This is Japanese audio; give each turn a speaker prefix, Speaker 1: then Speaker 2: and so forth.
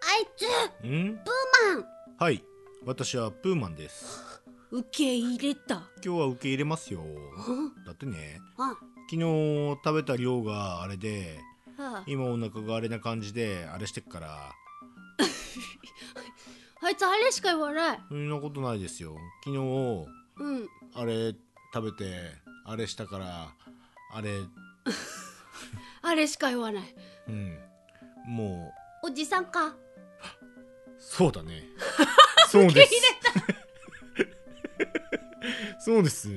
Speaker 1: あいつ
Speaker 2: ん
Speaker 1: マン
Speaker 2: はい私はプーマンです
Speaker 1: 受け入れた
Speaker 2: 今日は受け入れますよ
Speaker 1: あ
Speaker 2: だってね
Speaker 1: あ
Speaker 2: 昨日食べた量があれで
Speaker 1: あ
Speaker 2: 今お腹があれな感じであれしてっから
Speaker 1: あいつあれしか言わない
Speaker 2: そんなことないですよ昨日
Speaker 1: うん
Speaker 2: あれ食べてあれしたからあれ
Speaker 1: あれしか言わない
Speaker 2: うんも
Speaker 1: おじさんか
Speaker 2: うそうだね そうですそうです